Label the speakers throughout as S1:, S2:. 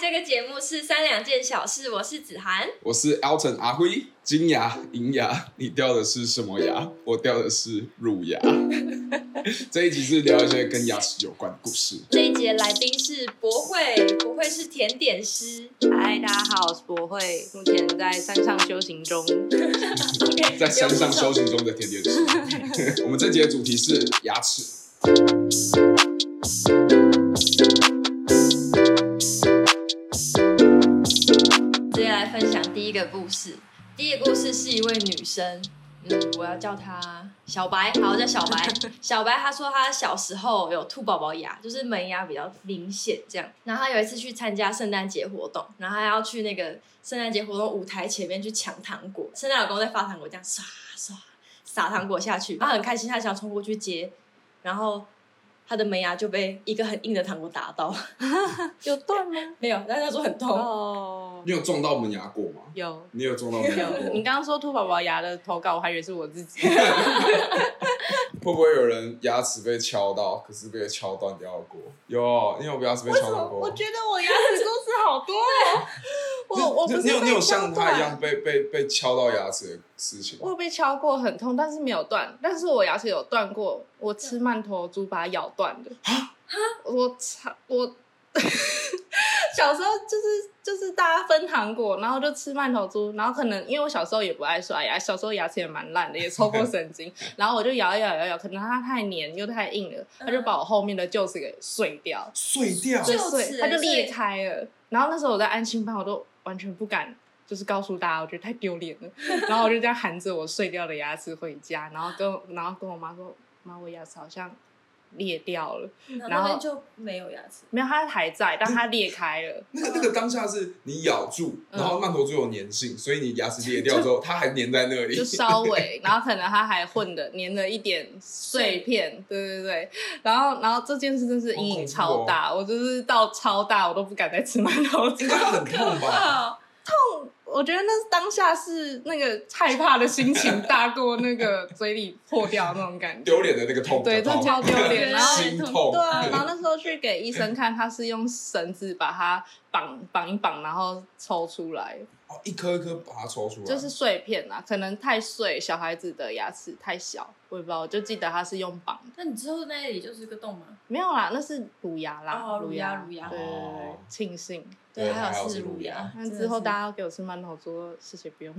S1: 这个节目是三两件小事，我是子涵。
S2: 我是 Elton 阿辉，金牙、银牙，你掉的是什么牙？我掉的是乳 牙。这一集是聊一些跟牙齿有关的故事。
S1: 这一节来宾是博慧，博慧是甜点师。
S3: 嗨，大家好，我是博慧，目前在山上修行 中。
S1: OK，
S2: 在山上
S1: 收
S2: 修。行中的甜点 师，我们这集的主题是牙齿。
S1: 直接来分享第一个故事。第一个故事是一位女生，嗯，我要叫她小白，好，叫小 白。小白她说她小时候有兔宝宝牙，就是门牙比较明显这样。然后她有一次去参加圣诞节活动，然后她要去那个圣诞节活动舞台前面去抢糖果，圣诞老公在发糖果，这样刷刷撒糖果下去，她很开心，她想冲过去接，然后她的门牙就被一个很硬的糖果打到，
S3: 有断吗？
S1: 没有，但她说很痛。
S3: 哦，
S2: 你有撞到门牙过吗？
S3: 有。
S2: 你有撞到门牙过？
S3: 你刚刚说兔宝宝牙的投稿，我还以为是我自己。
S2: 哦会不会有人牙齿被敲到，可是被敲断掉过？有，因为我牙齿被敲断过。
S3: 得我牙齿故事好多哦。我我不
S2: 你你
S3: 是
S2: 有你有像他一
S3: 被敲
S2: 样
S3: 断，
S2: 被被被敲到牙齿的事情吗？
S3: 我有被敲过很痛，但是没有断。但是我牙齿有断过，我吃曼陀珠把它咬断的。我操！我 小时候就是就是大家分糖果，然后就吃曼头珠，然后可能因为我小时候也不爱刷牙，小时候牙齿也蛮烂的，也抽过神经，然后我就咬一咬咬一咬，可能它太黏又太硬了，它就把我后面的臼齿给碎掉，
S2: 碎掉
S1: 就
S3: 就
S1: 臼齿
S3: 碎，它就裂开了。然后那时候我在安心班，我都完全不敢。就是告诉大家，我觉得太丢脸 了，然后我就这样含着我碎掉的牙齿回家，然后跟然后跟我妈说，妈，我牙齿好像裂掉了，
S1: 然
S3: 然
S1: 后
S3: 后
S1: 那边就没有牙齿。
S3: 没有，它还在，但它裂开了。
S2: 那个那个当下是你咬住，
S3: 嗯
S2: 然后曼陀珠有粘性，所以你牙齿裂掉之后，它还粘在那里
S3: 就。稍 微，然后可能它还混的粘了一点碎片，对对对。然后，然后这件事真是阴影超大，我就是到超大，我都不敢再吃馒 头
S2: 应
S3: 吃。
S2: 该很痛吧？
S3: 哦我觉得那是当下是那个害怕的心情大过那个嘴里破掉那种感觉，
S2: 丢脸的那个痛，
S3: 对，这
S2: 痛
S3: 超丢脸。然后
S2: 心痛
S3: 对。啊，然后那时候去给医生看，他是用绳子把它绑绑一绑，然后抽出来。
S2: 哦，一颗一颗把它抽出来，
S3: 就是碎片啊，可能太碎，小孩子的牙齿太小，我也不知道，我就记得他是用绑的，
S1: 那你之后那里就是个洞吗？
S3: 没有啦，那是乳牙啦，
S1: 哦
S3: 乳
S1: 乳牙
S3: 牙，
S1: 乳牙
S3: 对对对对
S2: 哦，
S3: 庆幸。
S2: 对
S1: 还
S2: 还
S1: 有
S2: 好
S1: 是
S2: 是乳
S1: 乳
S2: 牙
S1: 牙。
S3: 那之后大
S1: 家
S3: 家要给我吃馒头猪，谢谢不用。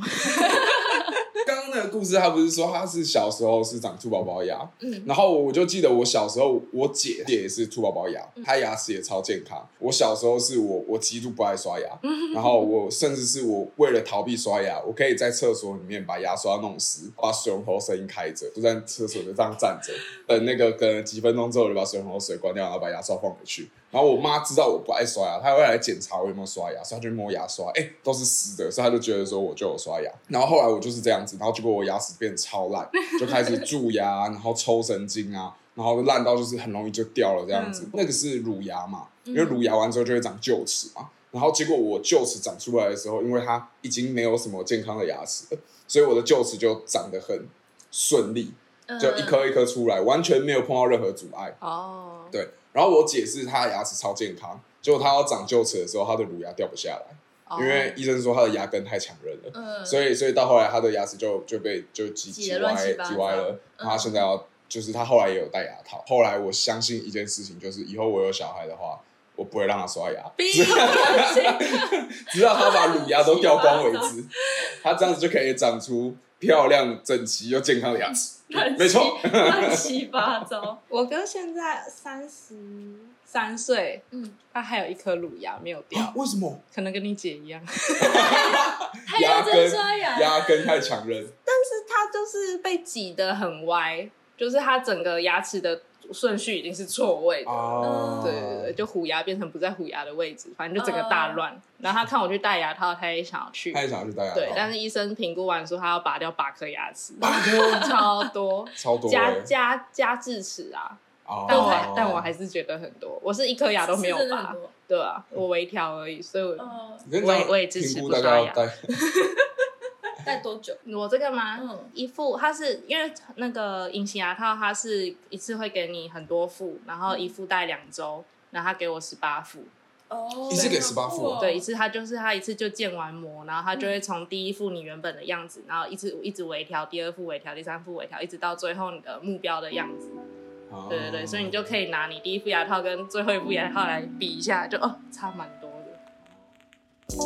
S2: 刚刚那个故事，他不是说他是小时候是长兔宝宝牙，
S1: 嗯
S2: 然后我就记得我小时候，我姐姐也是兔宝宝牙，
S3: 嗯
S2: 她牙齿也超健康。我小时候是我我极度不爱刷牙，然后我甚至是我为了逃避刷牙，我可以在厕所里面把牙刷弄湿，把水龙头声音开着，就在厕所就这样站着，等那个可能几分钟之后，我就把水龙头水关掉，然后把牙刷放回去。然后我妈知道我不爱刷牙，她会来检查我有没有刷牙，所以她就摸牙刷，哎、都是湿的，所以她就觉得说我就有刷牙。然后后来我就是这样子，然后结果我牙齿变超烂， 就开始蛀牙啊，然后抽神经啊，然后烂到就是很容易就掉了这样子。
S3: 嗯
S2: 那个是乳牙嘛，
S1: 嗯
S2: 因为乳牙完之后就会长臼齿嘛。然后结果我臼齿长出来的时候，因为它已经没有什么健康的牙齿了，所以我的臼齿就长得很顺利，
S1: 呃嗯
S2: 就一颗一颗出来，完全没有碰到任何阻碍。
S3: 哦，
S2: 对，然后我姐是她的牙齿超健康，结果她要长臼齿的时候，她的乳牙掉不下来，
S3: 哦
S2: 因为医生说她的牙根太强韧了，
S1: 嗯，
S2: 所以所以到后来她的牙齿就就被就挤
S1: 挤
S2: 挤
S1: 得
S2: 歪
S1: 乱七八糟嗯
S2: 挤歪了，然后她现在要就是她后来也有戴牙套。后来我相信一件事情，就是以后我有小孩的话。我不会让她刷牙，
S3: 逼
S2: 直到她把乳牙都掉光为 止。她这样子就可以长出漂亮、整齐又健康的牙齿。没错，
S1: 乱七八糟。
S3: 我哥现在三十三岁，
S1: 嗯，
S3: 他还有一颗乳牙没有 掉，
S2: 啊为什么
S3: 可能跟你姐一样。
S1: 他
S2: 牙
S1: 要
S2: 根
S1: 真刷牙，
S2: 牙根太强韧？
S3: 但是他就是被挤得很歪，就是他整个牙齿的顺序已经是错位的。
S2: 哦
S3: 对对对，就虎牙变成不在虎牙的位置，反正就整个大乱。然后他看我去戴牙套，他也想要去
S2: 他，也想要去戴牙套，
S3: 对，但是医生评估完说他要拔掉八颗牙齿，
S2: 八颗
S3: 超多，
S2: 超多
S3: 加
S2: 欸
S3: 加加智齿啊，
S2: 哦
S3: 但我还但我还是觉得很多，我是一颗牙都没有
S1: 是真的很
S3: 拔，
S1: 多。
S3: 对啊，我微调而已，所以我
S1: 哦，
S2: 你跟
S3: 我也
S2: 张
S3: 我也支持
S2: 评估
S3: 不
S2: 大
S3: 刷
S2: 概要
S3: 牙
S2: 戴，
S1: 戴多久？
S3: 我这个吗？
S1: 嗯
S3: 一副，它是因为那个隐形牙套，它
S1: 嗯
S3: 是一次会给你很多副，然后一副戴两周，然后他给我十八副，
S1: 哦
S2: 一次给18副哦
S3: 对，一次他就是他一次就建完模，然后他就会从第一副你原本的样子，然后一直一直微调，第二副微调，第三副微调，一直到最后你的目标的样子。
S2: 啊
S3: 对对对，所以你就可以拿你第一副牙套跟最后一副牙套来比一下，就哦差蛮多的。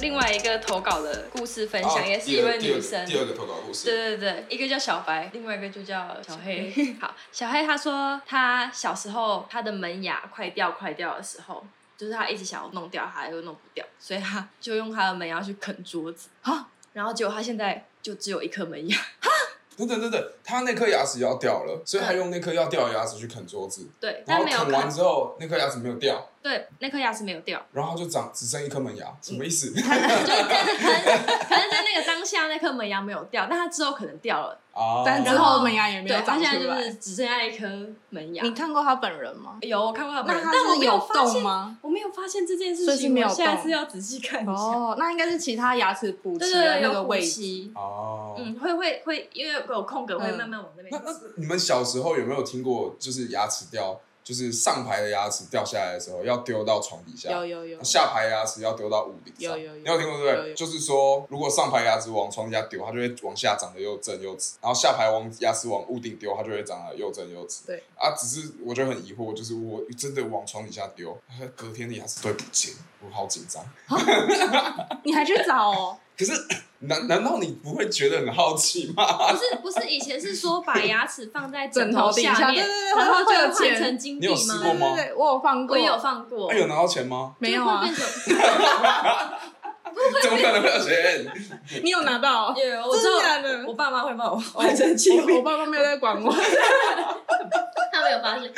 S1: 另外一个投稿的故事分
S2: 哦
S1: 享，也是
S2: 第
S1: 一
S2: 二
S1: 位
S2: 第二
S1: 女生。
S2: 第二个投稿故事，
S1: 对对对，一个叫小白，另外一个就叫小黑。 好，小黑他说他小时候他的门牙快掉快掉的时候，就是他一直想要弄掉它，又弄不掉，所以他就用他的门牙去啃桌 子啊。然后结果他现在就只有一颗门牙，
S2: 等等等等，他那颗牙齿要掉了，所以他用那颗要掉的牙齿去啃桌子，
S1: 对，
S2: 然
S1: 但
S2: 后
S1: 没有
S2: 啃完之后，那颗牙齿没有掉，
S1: 对，那颗牙齿没有掉，
S2: 然后就长只剩一颗门牙，什么意思？
S1: 就是但是可能可能在那个当下那颗门牙没有掉，但他之后可能掉了，
S2: 啊，
S3: 但之
S1: 然后
S3: 后门牙也没
S1: 对
S3: 有，
S1: 他
S3: 长
S1: 现在
S3: 出
S1: 就
S3: 来
S1: 是。只剩下一颗门牙。
S3: 你看过他本人吗？
S1: 有我看过他本
S3: 那
S1: 人，
S3: 他
S1: 但我
S3: 是
S1: 没有
S3: 有
S1: 发现
S3: 动吗？
S1: 我没有发现这件事
S3: 所以是
S1: 情，
S3: 没有
S1: 我下
S3: 动
S1: 次要仔细看一下。
S3: 哦，那应该是其他牙齿补
S1: 对
S3: 齐
S1: 对
S3: 的
S1: 对，
S3: 那
S1: 有
S3: 个
S1: 补
S3: 位置。
S1: 齐。
S2: 哦，
S1: 嗯，会会会，因为有空格会
S3: 嗯
S1: 慢慢往那边
S2: 那。那你们小时候有没有听过，就是牙齿掉，就是上排的牙齿掉下来的时候，要丢到床底下，
S3: 有有有，
S2: 下排牙齿要丢到屋顶上。
S3: 有有有
S2: 你有听过对不
S3: 有
S2: 对？
S3: 有
S2: 就是说，如果上排牙齿往床底下丢，它就会往下长得又正又直；然后下排往牙齿往屋顶丢，它就会长得又正又直。
S3: 对
S2: 啊，只是我就很疑惑，就是我真的往床底下丢， 隔天的牙齿都会不见，我好紧张。
S3: 你还去找哦？
S2: 可是 难难道你不会觉得很好奇吗？
S1: 不是不是，以前是说把牙齿放在枕
S3: 枕头底
S1: 下
S3: 下
S1: 面，
S3: 对对对
S1: 然后就
S3: 会有
S1: 会换
S3: 钱
S1: 成金
S2: 你
S1: 币
S2: 有试
S1: 吗
S2: 过？吗
S3: 对对，我有放过，
S1: 我也有放过
S2: 哎，，有拿到钱吗？
S3: 没有啊
S1: 就？会变
S2: 怎么可能会有钱？
S3: 你有拿到？
S1: 成有，我知
S3: 真的哦假
S1: 道，
S3: 的
S1: 我爸妈会帮我
S3: 我
S1: 换成金币
S3: 我，爸爸没有在管我。
S1: 他没有发现。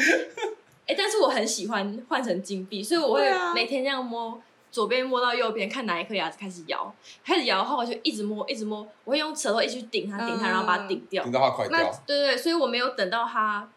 S1: 哎，但是我很喜欢换成金币，所以我会
S3: 对啊
S1: 每天这样摸。左边摸到右边，看哪一颗牙齿开始摇，开始摇的话，我就一直摸，一直摸，我会用舌头一直去顶它，顶
S3: 嗯
S1: 它，然后把它顶掉
S2: 你。知道它快
S1: 那
S2: 掉。
S1: 对对，所以我没有等到它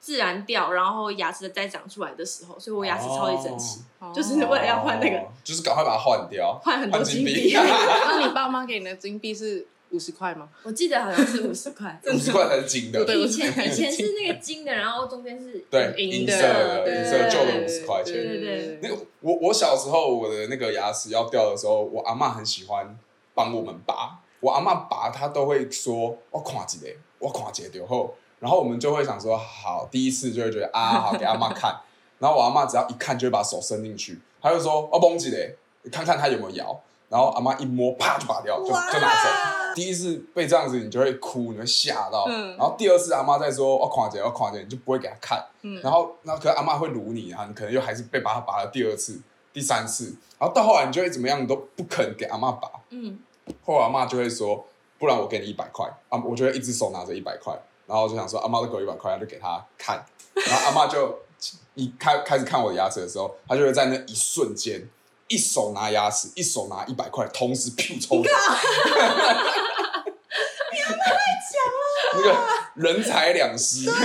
S1: 自然掉，然后牙齿再长出来的时候，所以我牙齿超级整齐，就是为了要换那个
S2: 哦， 就是赶快把它换掉，
S1: 换很多
S2: 换金
S1: 金
S2: 币
S1: 币。
S3: 那你爸妈给你的金币是五十块吗？
S1: 我记得好像是 五十块，
S2: 五十块才是 金的，
S3: 对
S1: 以前以前是那个金的，然后中间是
S2: 对，
S3: 银
S2: 银
S3: 的
S2: 色的，
S1: 对
S2: 银色旧的
S1: 对
S2: 五十块钱。
S1: 对对
S2: 那个我我小时候我的那个牙齿要掉的时候，我阿嬷很喜欢帮我们拔，我阿嬷拔她都会说我看几嘞，我看几丢后，然后我们就会想说好，第一次就会觉得啊好给阿嬷看，然后我阿嬷只要一看就会把手伸进去，她就说哦崩几嘞，看看它有没有摇，然后阿嬷一摸啪就拔掉，就就拿走。第一次被这样子，你就会哭，你会吓到。
S3: 嗯
S2: 然后第二次阿妈再说“哦我垮姐，我垮姐”，你就不会给她看。
S3: 嗯
S2: 然后那可能阿妈会撸你啊，你可能又还是被把她拔了第二次、第三次。然后到后来你就会怎么样，你都不肯给阿妈拔。
S1: 嗯，
S2: 后来阿妈就会说：“不然我给你一百块。”啊，我就会一只手拿着一百块，然后我就想说阿妈都给我一百块，就给她看。然后阿妈就一开开始看我的牙齿的时候，她就会在那一瞬间。一手拿牙齿，一手拿一百块，同时噗抽走。 那个人财两失，
S3: 真的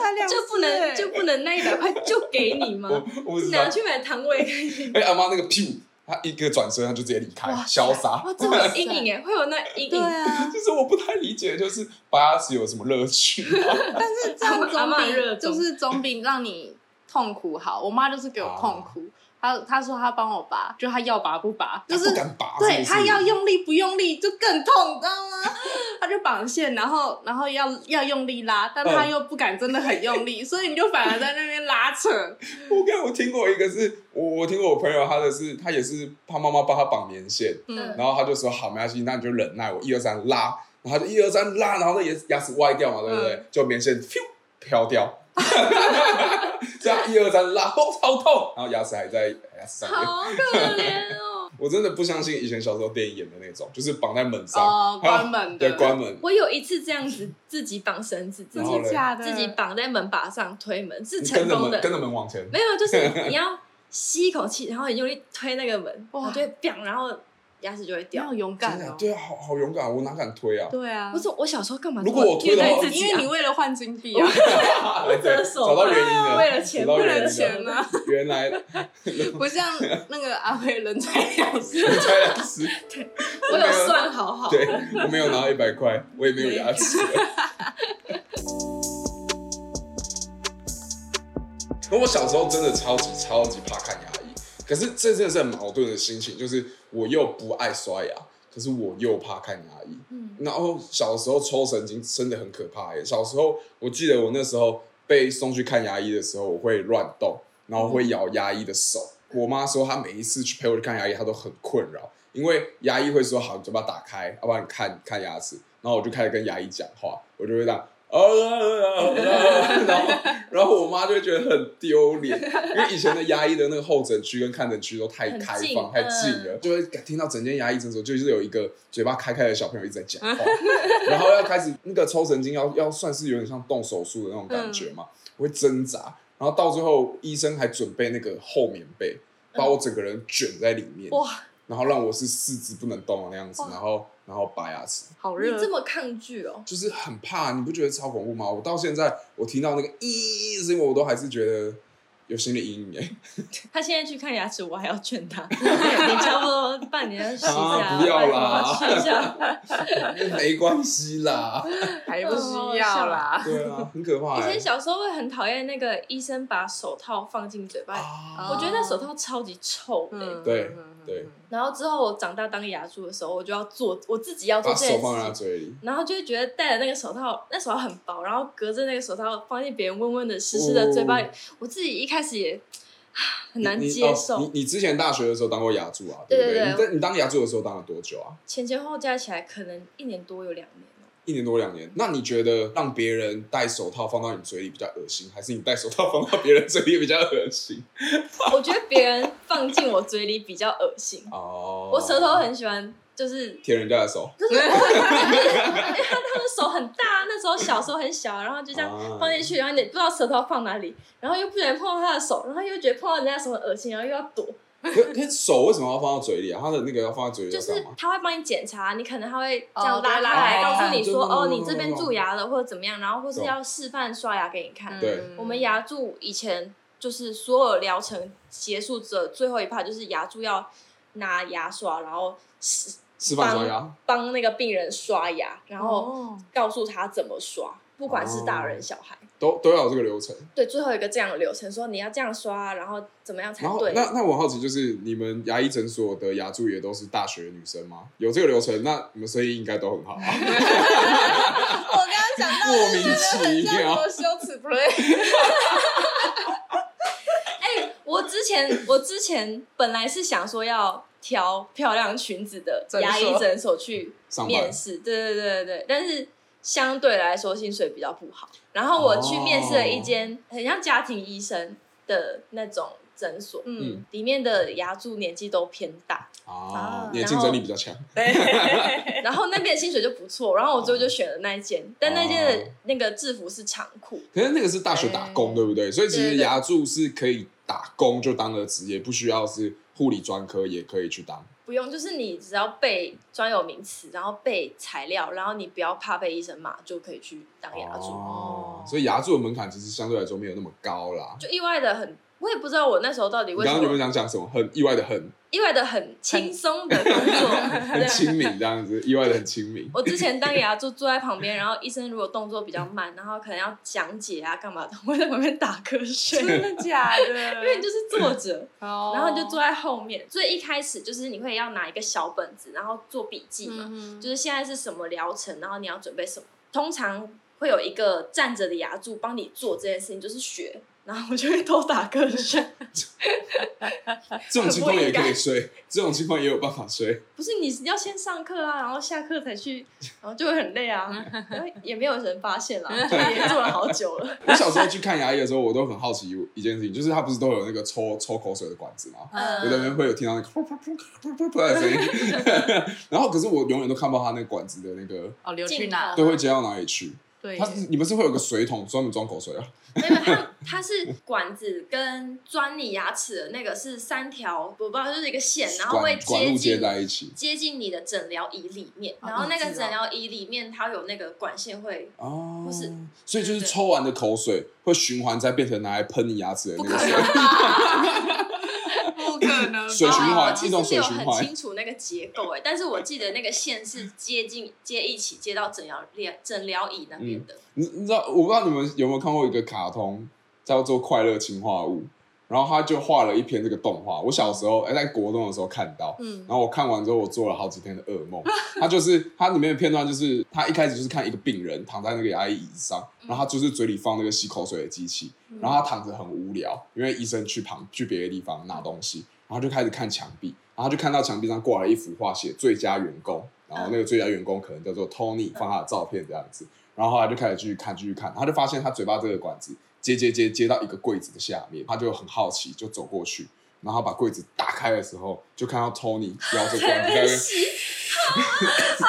S3: 才两
S1: 就不能就不能那一百块就给你吗？
S2: 我我不知道
S1: 拿。去买糖味可以。
S2: 哎，阿妈那个屁，她一个转身，她就直接离开，潇洒。
S1: 哇，这种阴影哎，会有那阴
S3: 对
S1: 影。
S3: 啊，
S2: 就是我不太理解，就是拔牙齿有什么乐趣啊？
S3: 但是这样
S1: 阿
S3: 总
S1: 嬷热
S3: 比
S1: 衷
S3: 就是总比让你痛苦好。我妈就是给
S2: 啊
S3: 我痛苦，她她说她帮我拔，就她要拔不拔， 就
S2: 她
S3: 是
S2: 不敢拔，
S3: 对
S2: 他
S3: 他要用力不用力就更痛，你知道吗？他就绑线，然后然后要要用力拉，但他
S2: 嗯
S3: 又不敢真的很用力，所以你就反而在那边 拉扯。
S2: 我跟我听过一个是，我我听过我朋友，他的是他也是他妈妈帮他绑棉线，
S1: 嗯
S3: 嗯，
S2: 然后他就说好没关系，那你就忍耐，我一二三拉，然后他就一二三拉，然后那牙牙齿歪掉嘛，对不对？
S3: 嗯
S2: 就棉线飘飘掉， 这样一二三拉，哦，好痛，然后牙齿还在牙齿上面。
S1: 好可怜 哦！
S2: 我真的不相信以前小时候电影演的那种，就是绑在门上，
S3: 哦，
S2: 还有
S3: 关门
S2: 对
S3: 的，
S2: 关门，
S1: 我有一次这样子自己绑绳子，自
S2: 然
S1: 己
S2: 后
S3: 真的假的？
S1: 自己绑在门把上推门，是
S2: 你
S1: 成
S2: 跟着
S1: 功
S2: 门
S1: 的。
S2: 跟着门往前，
S1: 没有，就是你要吸一口气，然后很用力推那个门，
S3: 哇
S1: 哇，对，砰，然后牙齿就会
S3: 你
S1: 掉
S3: 好。勇
S2: 真
S3: 敢
S2: 的
S3: 哦。
S2: 对啊，好好勇敢，我哪敢推 啊？
S3: 对啊
S1: 不，是我小时候干嘛这
S2: 如
S1: 么
S2: 果我推
S1: 虐
S2: 的
S1: 待
S2: 话
S1: 自
S3: 因
S1: 己
S3: 为
S1: 啊？
S3: 你为了换 金币啊，
S2: 对，找到原因了，
S1: 为了钱
S2: 找到
S3: 为
S2: 原因
S3: 了钱啊，
S2: 原来
S3: 不像那个阿辉 人才两失。
S2: 你才两 十，
S1: 我有算好好。
S2: 对我没有拿到一百块，我也没有牙齿。可 我小时候真的超级超级怕看牙医，可是这真的是很矛盾的心情，就是我又不爱刷牙，可是我又怕看牙医。
S1: 嗯，
S2: 然后小时候抽神经真的很可怕耶、小时候我记得我那时候被送去看牙医的时候，我会乱动，然后会咬牙医的手。我妈说她每一次去陪我去看牙医，她都很困扰，因为牙医会说好，你嘴巴打开，要不然你看看牙齿。然后我就开始跟牙医讲话，我就会这样。呃，然后然后我妈就会觉得很丢脸，因为以前的牙医的那个候诊区跟看诊区都太
S1: 很
S2: 开
S1: 近
S2: 放、太近了，就会感听到整间牙医诊所就是有一个嘴巴开开的小朋友一直在讲话，然后要开始那个抽神经要要算是有点像动手术的那种感觉嘛，我会挣扎，然后到最后医生还准备那个厚棉被，把我整个人卷在里面，
S3: 哇，
S2: 然后让我是四肢不能动的那样子，
S3: 哇
S2: 然后然后拔牙齿，
S3: 好
S1: 你
S3: 热，
S1: 这么抗拒哦？
S2: 就是很怕，你不觉得超恐怖吗？我到现在我听到那个咦声音，我都还是觉得有心理阴影哎。
S1: 他现在去看牙齿，我还要劝 他，你差不多半年要洗
S2: 啊
S1: 牙，
S2: 不要啦哎
S1: 啦，去一下。
S2: 没关系啦，
S3: 还不
S1: 哦
S3: 需要啦。
S2: 对啊，很可怕、
S1: 以
S2: 欸
S1: 前。小时候会很讨厌那个医生把手套放进嘴巴，
S2: 啊
S1: 我觉得那手套超级臭的欸、
S3: 嗯，
S2: 对
S3: 嗯
S2: 对，
S3: 嗯
S1: 然后之后我长大当牙助的时候，我就要做我自己要做
S2: 把
S1: 这件
S2: 手
S1: 事
S2: 放在他
S1: 情，
S2: 嘴里，
S1: 然后就会觉得戴了那个手套，那手套很薄，然后隔着那个手套放进别人温温的、湿湿的嘴巴里，
S2: 哦
S1: 我自己一开始也啊很难
S2: 你
S1: 接受，
S2: 你哦你你之前大学的时候当过牙助啊？
S1: 对
S2: 不
S1: 对
S2: 你
S1: 对
S2: 在你当牙助的时候当了多久啊？
S1: 前前后后加起来可能一年多有两年哦。
S2: 一年多两年。那你觉得让别人戴手套放到你嘴里比较恶心，还是你戴手套放到别人嘴里比较恶心？
S1: 我觉得别人放进我嘴里比较恶心，
S2: 哦，
S1: 我舌头很喜欢就是
S2: 舔人家的手，
S1: 他们手很大，啊那时候小时候很小，然后就这样
S2: 啊
S1: 放进去，然后你不知道舌头放哪里，然后又不小心碰到他的手，然后又觉得碰到人家的手很恶心，然后又要躲，
S2: 可可是手为什么要放到嘴里啊？他的那个要放在嘴里
S1: 就
S2: 要干
S1: 是
S2: 嘛？
S1: 他会帮你检查，你可能他会这
S3: 哦
S1: 样拉
S3: 对
S1: 拉来，
S3: 对
S1: 告诉
S3: 对
S1: 你说
S2: 对对
S1: 哦，
S2: 对
S1: 你
S2: 对
S1: 这边
S2: 对
S1: 蛀牙了或者怎么样，然后或是
S2: 懂
S1: 要示范刷牙给你看。
S2: 对
S3: 嗯
S1: 我 们牙柱以前就是所有疗程结束之后，最后一趴就是牙柱要拿牙刷，然后示
S2: 吃饭刷牙，
S1: 帮那个病人刷牙，然后
S3: 哦
S1: 告诉他怎么刷，不管是大
S2: 哦
S1: 人小孩。
S2: 都都要有这个流程。
S1: 对，最后一个这样的流程，说你要这样刷，然后怎么样才
S2: 然后
S1: 对。
S2: 那那我好奇就是你们牙医诊所的牙助也都是大学女生吗？有这个流程，那你们生意应该都很好 啊。
S3: 我刚刚讲到，
S2: 莫名其
S3: 这样
S2: 妙
S3: 多。羞耻 play，
S1: 我之 前我之前本来是想说要挑漂亮裙子的
S3: 诊所
S1: 牙医诊所去
S2: 上班
S1: 面试，对对对对对，但是相对来说薪水比较不好。然后我去面试了一间很像家庭医生的那种诊所，
S2: 嗯
S3: 嗯，
S1: 里面的牙助年纪都偏 大，
S2: 啊
S3: 啊，
S2: 你的竞争力比较强。
S3: 对，
S1: 然后那边的薪水就不错，然后我最后就选了那一间，但那间
S3: 哦
S1: 的那个制服是长裤，
S2: 可是那个是大学打工，
S3: 哎
S2: 对不对？所以其
S1: 对
S2: 实
S1: 对对
S2: 牙助是可以打工就当的职业，不需要是护理专科也可以去当。
S1: 不用，就是你只要背专有名词，然后背材料，然后你不要怕被医生骂，就可以去当牙助。
S2: 哦，所以牙助的门槛其实相对来说没有那么高啦。
S1: 就意外的很，我也不知道我那时候到底
S2: 你
S1: 为什
S2: 刚刚有
S1: 么
S2: 没有想讲什么？很意外的 很，
S1: 意外的很轻松的工作，
S2: 很
S1: 对。
S2: 亲民这样子，意外的很亲民。
S1: 我之前当牙助坐在旁边，然后医生如果动作比较慢，然后可能要讲解啊干嘛的，我会在旁边打瞌睡， 因
S3: 真的假的？因
S1: 为你就是坐着，
S3: 然
S2: 哦
S1: 然后你就坐在后面。所以一开始就是你会要拿一个小本子，然后做笔记嘛，
S3: 嗯
S1: 就是现在是什么疗程，然后你要准备什么。通常会有一个站着的牙柱帮你做这件事情，就是学。然后我就会偷打瞌睡，
S2: 这种情况也可以睡，这种情况也有办法睡。
S1: 不是你要先上课啊，然后下课才去，然后就会很累 啊，然后也没有人发现啦，就也做了好久了。
S2: 我小时候去看牙医的时候，我都很好奇一件事情，就是他不是都有那个抽抽口水的管子吗？
S3: 嗯
S1: 呃
S2: 我在那边会有听 到那个噗噗噗噗噗噗的声音， 然后可是我永远都看不到他那个管子的那个
S3: 哦流
S1: 镜
S3: 去哪
S1: 头？
S2: 都会接到哪里去。
S3: 对
S2: 他是你们是会有个水桶专门装口水啊？
S1: 没有，它它是管子跟钻你牙齿的那个是三条，我不知道就是一个线，然后会
S2: 管管
S1: 接
S2: 路接
S1: 近
S2: 在一起。
S1: 接近你的诊疗仪里面，
S3: 哦
S1: 然后那
S3: 椅
S1: 个
S3: 子哦
S1: 诊疗仪里面它有那个管线会
S2: 哦，
S1: 不是，
S2: 所以就
S1: 对
S2: 是
S1: 对
S2: 抽完的口水会循环再变成拿来喷你牙齿的那个水，
S3: 不可能吧，
S2: 水循环
S1: 哦其
S2: 一
S1: 实
S2: 种
S1: 没
S2: 水
S1: 有
S2: 循环
S1: 很清楚那个结构哎，但是我记得那个线是接近接一起接到诊疗诊疗仪那边的。
S2: 你你知道，我不知道你们有没有看过一个卡通，叫做《快乐氰化物》，然后他就画了一篇这个动画。我小时候哎、在国中的时候看到，
S4: 嗯，
S2: 然后我看完之后，我做了好几天的噩梦。他就是他里面的片段，就是他一开始就是看一个病人躺在那个牙医椅子上，然后他就是嘴里放那个吸口水的机器，然后他躺着很无聊，因为医生去旁去别的地方拿东西，然后就开始看墙壁，然后就看到墙壁上挂了一幅画，写最佳员工，然后那个最佳员工可能叫做 Tony，放他的照片这样子，然后后来就开始继续看继续看，他就发现他嘴巴这个管子接接接接到一个柜子的下面，他就很好奇，就走过去。然后把柜子打开的时候，就看到 Tony 摇着管子在那边
S1: 啊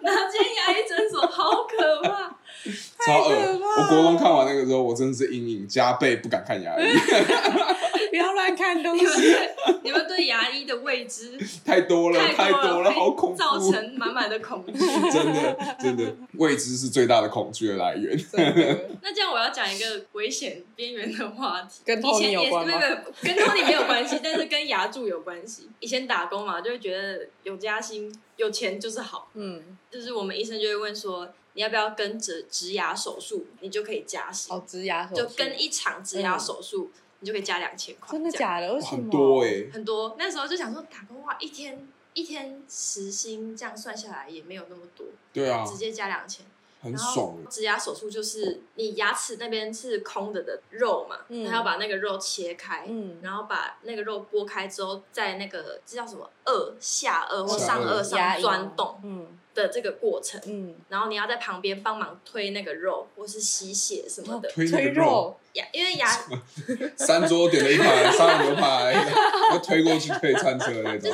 S1: 然后今天牙医诊所好可怕，
S2: 超恶
S3: 太可怕！
S2: 我国中看完那个之后，我真的是阴影加倍，不敢看 牙医，
S3: 不要乱看东
S1: 你 们
S3: 西。
S1: 对你们对牙医的未知
S2: 太多了，
S1: 太
S2: 太
S1: 多
S2: 了，
S1: 被
S2: 好恐
S1: 造
S2: 怖！
S1: 成满满的恐惧。
S2: 真的，真的，未知是最大的恐惧的来源。
S3: 真的
S1: 那这样我要讲一个危险边缘的话题，
S3: 跟
S1: 以
S3: Tony
S1: 前也
S3: 有
S1: 是
S3: 关吗
S1: 没有没有跟 Tony 没有关系，但是跟牙柱有关系。以前打工嘛，就会觉得有加薪、有钱就是好，
S3: 嗯，
S1: 就是我们医生就会问说，你要不要跟植植牙手术，你就可以加薪，
S3: 哦，植牙手术
S1: 就跟一场植牙手术，你就可以加两千块，
S3: 真的
S1: 这样
S3: 假的？为什么？
S2: 很多哎、
S1: 很多。那时候就想说，打工哇，一天一天时薪这样算下来也没有那么多，
S2: 对啊，
S1: 直接加两千。
S2: 很
S1: 然
S2: 爽啊欸
S1: 后植牙手术就是你牙齿那边是空的的肉嘛，
S3: 嗯
S1: 他要把那个肉切开，
S3: 嗯，
S1: 然后把那个肉剥开之后，在那个这叫什么颚下颚或
S2: 下
S1: 上颚
S2: 颚
S1: 上钻洞
S3: 嗯
S1: 的这个过程，
S3: 嗯，
S1: 然后你要在旁边帮忙推那个肉或是吸血什么的
S2: 推那
S3: 推
S2: 个肉，
S3: 肉，
S1: 牙，因为牙
S2: 三桌点了一盘，三个牛排，要推过去推餐车那种。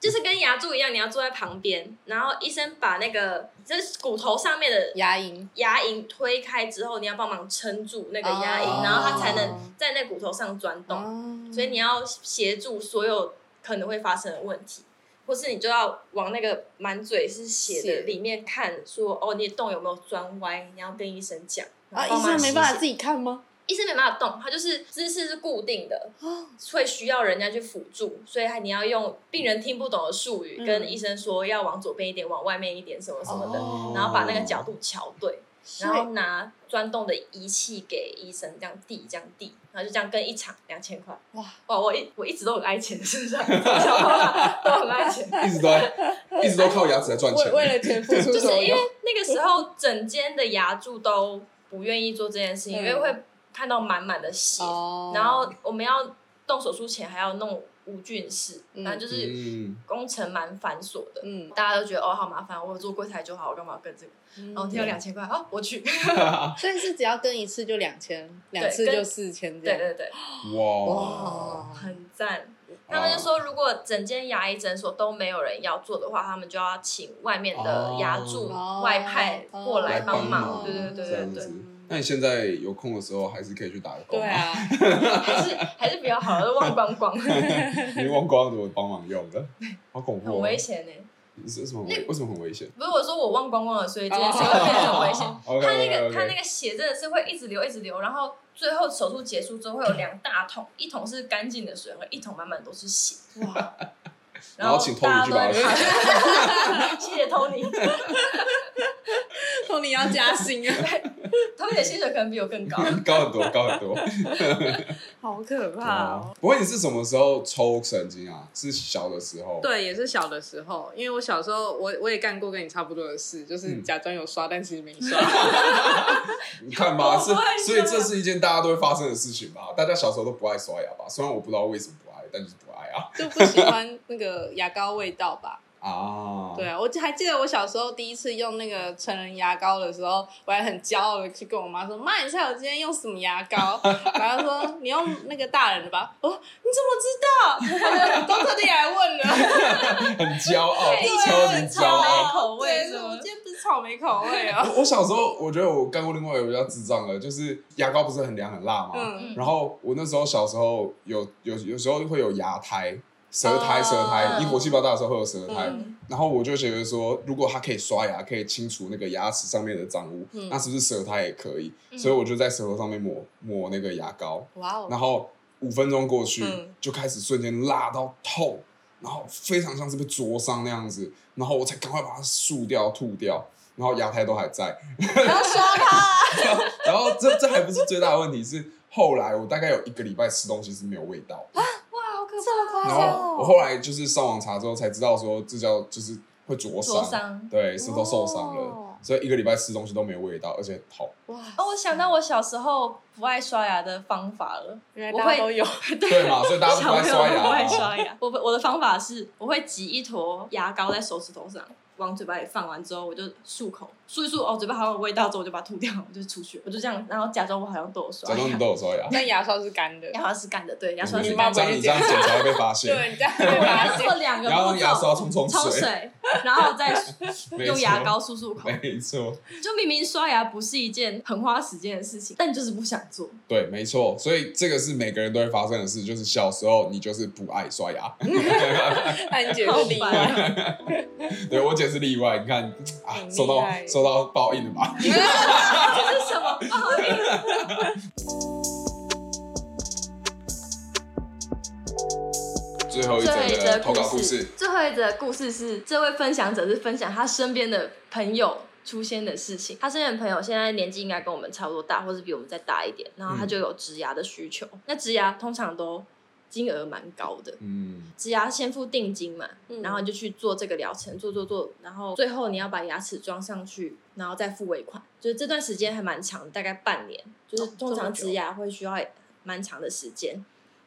S1: 就是跟牙柱一样，你要坐在旁边，然后医生把那个就是骨头上面的
S3: 牙龈
S1: 牙龈推开之后，你要帮忙撑住那个牙龈，
S3: 哦
S1: 然后它才能在那骨头上钻洞。
S3: 哦
S1: 所以你要协助所有可能会发生的问题，或是你就要往那个满嘴是血
S3: 血
S1: 的里面看说，哦，你的洞有没有钻歪？你要跟医生讲。
S3: 啊，
S1: 然后
S3: 医
S1: 帮忙
S3: 生没办
S1: 吸
S3: 法
S1: 血
S3: 自己看吗？
S1: 医生没办法动，他就是姿势是固定的，
S3: 哦
S1: 会需要人家去辅助，所以还你要用病人听不懂的术语、
S3: 嗯
S1: 跟医生说要往左边一点，往外面一点什么什么的，
S3: 哦
S1: 然后把那个角度瞧对，
S3: 所以
S1: 然后拿钻洞的仪器给医生这样递这样递，然后就这样跟一场两千块，
S3: 哇
S1: 哇！我一我一直都很爱钱，是不是？小朋友 都很爱钱。
S2: 一直都在，一直都靠牙齿在赚钱
S3: 为。为了 钱付出
S1: 就
S3: 什
S1: 是
S3: 么
S1: 因为
S3: 用？
S1: 那个时候，整间的牙柱都不愿意做这件事情，因为
S3: 嗯
S1: 会看到满满的血，
S3: 哦
S1: 然后我们要动手术前还要弄无菌室，
S3: 嗯
S1: 反正就是
S2: 嗯，
S1: 工程蛮繁琐的。
S3: 嗯，
S1: 大家都觉得哦好麻烦，我有做柜台就好，我干嘛跟这个？然后
S3: 嗯
S1: 听到两千块，哦我去，
S3: 所以是只要跟一次就两千，两次
S1: 跟
S3: 就四千这
S1: 对
S3: 样。哦
S1: 对对，
S2: 哇，
S3: 哇，
S1: 很赞。他们就说，如果整间牙医诊所都没有人要做的话，他们就要请外面的牙柱
S3: 哦
S1: 外派过来帮
S2: 哦
S1: 忙。对对对
S2: 这
S1: 对
S2: 样
S1: 对
S2: 子，。那你现在有空的时候，还是可以去打个工
S3: 对
S2: 吗。
S3: 啊，
S1: 还是还是比较好的，都忘光光，很
S2: 你忘光怎么帮忙用的？好恐怖、哦！
S1: 危险呢。
S2: 是什么危？为什么很危险？
S1: 不是我说我忘光光了，所以这件事会变得 很危 险。
S2: OK
S1: 他那个
S2: OK
S1: 他那
S2: OK，
S1: 个血真的是会一直流一直流，然后最后手术结束之后会有两大桶，一桶是干净的水和一桶满满都是血。
S3: 哇，
S2: 然后请
S1: 大家
S2: Tony 去
S1: 都
S2: 把
S1: 在
S2: 它。
S1: 看，谢谢 Tony，
S3: 托尼要加薪啊，
S1: 他们的薪水可能比我更高。
S2: 高很多，高很 多。
S3: 好可怕哦
S2: 哦。不过你是什么时候抽神经啊？是小的时候。。
S3: 对，也是小的时候，因为我小时候我我也干过跟你差不多的事，就是
S2: 嗯
S3: 假装有刷，但其实没刷。
S2: 你看吧，是
S1: 我不爱，
S2: 所以这是一件大家都会发生的事情吧？大家小时候都不爱刷牙吧？虽然我不知道为什么不爱，但就是不爱啊。
S3: 就不喜欢那个牙膏味道吧。
S2: 啊。
S3: 对。啊，我还记得我小时候第一次用那个成人牙膏的时候，我还很骄傲的去跟我妈说：“妈，你猜我今天用什么牙膏？” 然后她说：“你用那个大人的吧。”我说：“你怎么知道？” 我就都特地来问了，
S2: 很骄傲，
S1: 对
S2: 超级骄傲
S1: 莓。口味
S3: 对
S1: 是吗
S3: 我今天不是草莓口味 哦。
S2: 我小时候，我觉得我干过另外一个比较智障的，就是牙膏不是很凉很辣吗？
S3: 嗯，
S2: 然后我那时候小时候有有有时候会有牙苔、舌苔、舌苔，
S3: 哦
S2: 你火气比较大的时候会有舌苔。
S3: 嗯
S2: 然后我就觉得说，如果它可以刷牙，可以清除那个牙齿上面的脏污，
S3: 嗯
S2: 那是不是舌苔也可以？
S1: 嗯
S2: 所以我就在舌头上面抹抹那个牙膏，
S3: 哇
S2: 然
S3: 哦，
S2: 后五分钟过去，
S3: 嗯
S2: 就开始瞬间辣到痛，然后非常像是被灼伤那样子，然后我才赶快把它漱掉、吐掉。然后牙胎都还在。
S3: 不要说他，
S2: 然后这这还不是最大的问题，是后来我大概有一个礼拜吃东西是没有味道，
S1: 哇，好可
S3: 这么夸
S1: 怕！
S3: 张
S2: 然后
S3: 哦
S2: 我后来就是上网查之后才知道说这叫就是会灼
S1: 灼
S2: 伤，
S1: 伤。
S2: 对，舌头受伤了。
S3: 哦
S2: 所以一个礼拜吃东西都没有味道，而且很痛。
S3: 哇，
S1: 哦，我想到我小时候不爱刷牙的方法了。
S3: 原
S1: 我
S3: 来大家
S1: 会
S3: 都有，
S2: 对嘛？所以大家都
S1: 小
S2: 不爱
S1: 朋友
S2: 刷
S1: 都
S2: 牙
S1: 不爱
S2: 啊。
S1: 刷牙。我我的方法是，我会挤一坨牙膏在手指头上，往嘴巴里放完之后，我就漱口，漱一漱，哦，嘴巴好像有味道之后，我就把它吐掉，我就出去，我就这样，然后假装我好像都有刷
S2: 假装你
S1: 牙。
S2: 都有刷牙，
S3: 但牙刷是干的
S1: 牙刷是干的，对，牙
S2: 你
S1: 刷
S2: 这
S1: 是
S3: 你
S1: 干
S3: 妈
S1: 的。
S3: 妈
S2: 样你这样检查会被发 现。
S3: 对，你这样
S1: 我
S3: 会
S1: 要
S3: 发
S1: 做
S3: 现。
S1: 两个
S2: 然后
S1: 步
S2: 用牙
S1: 骤
S2: 刷。冲冲
S1: 冲
S2: 水，
S1: 水，然后再
S2: 没
S1: 用
S2: 错
S1: 牙膏漱漱口。
S2: 没错，
S1: 就明明刷牙不是一件很花时间的事情，但就是不想做。
S2: 对，没错。所以这个是每个人都会发生的事，就是小时候你就是不爱刷牙。
S3: 那你姐
S1: 好
S3: 是例外，
S1: 烦啊！
S2: 对我姐是例外，你看啊，
S3: 很
S2: 受
S3: 厉
S2: 到
S3: 害
S2: 受到报应了吧？
S1: 这是什么报应？
S2: 最后一
S1: 最后一
S2: 则
S1: 则
S2: 的投稿故事，
S1: 最后一则故事是这位分享者是分享他身边的朋友出现的事情。他身边的朋友现在年纪应该跟我们差不多大，或是比我们再大一点，然后他
S2: 嗯
S1: 就有植牙的需求。那植牙通常都金额蛮高的，
S2: 嗯，
S1: 植牙先付定金嘛，
S3: 嗯
S1: 然后你就去做这个疗程，做做做，然后最后你要把牙齿装上去，然后再付尾款，就是这段时间还蛮长的，大概半年，就是
S3: 哦
S1: 通
S3: 这么
S1: 常
S3: 久
S1: 植牙会需要蛮长的时间。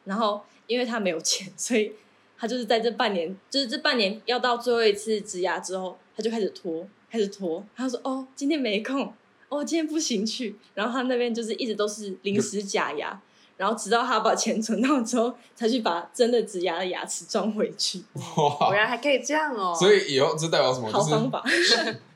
S1: 然后因为他没有钱， 所以他就是在这半年，就是这半年要到最后一次植牙之后，他就开始拖，开始拖。他说：“哦，今天没空，哦，今天不行去。”然后他那边就是一直都是临时假牙，然后直到他把钱存到之后，才去把真的植牙的牙齿装回去。
S3: 果
S2: 哇，
S3: 然还可以这样哦。
S2: 所以以后这代表什么？
S1: 好
S2: 就是
S1: 方法，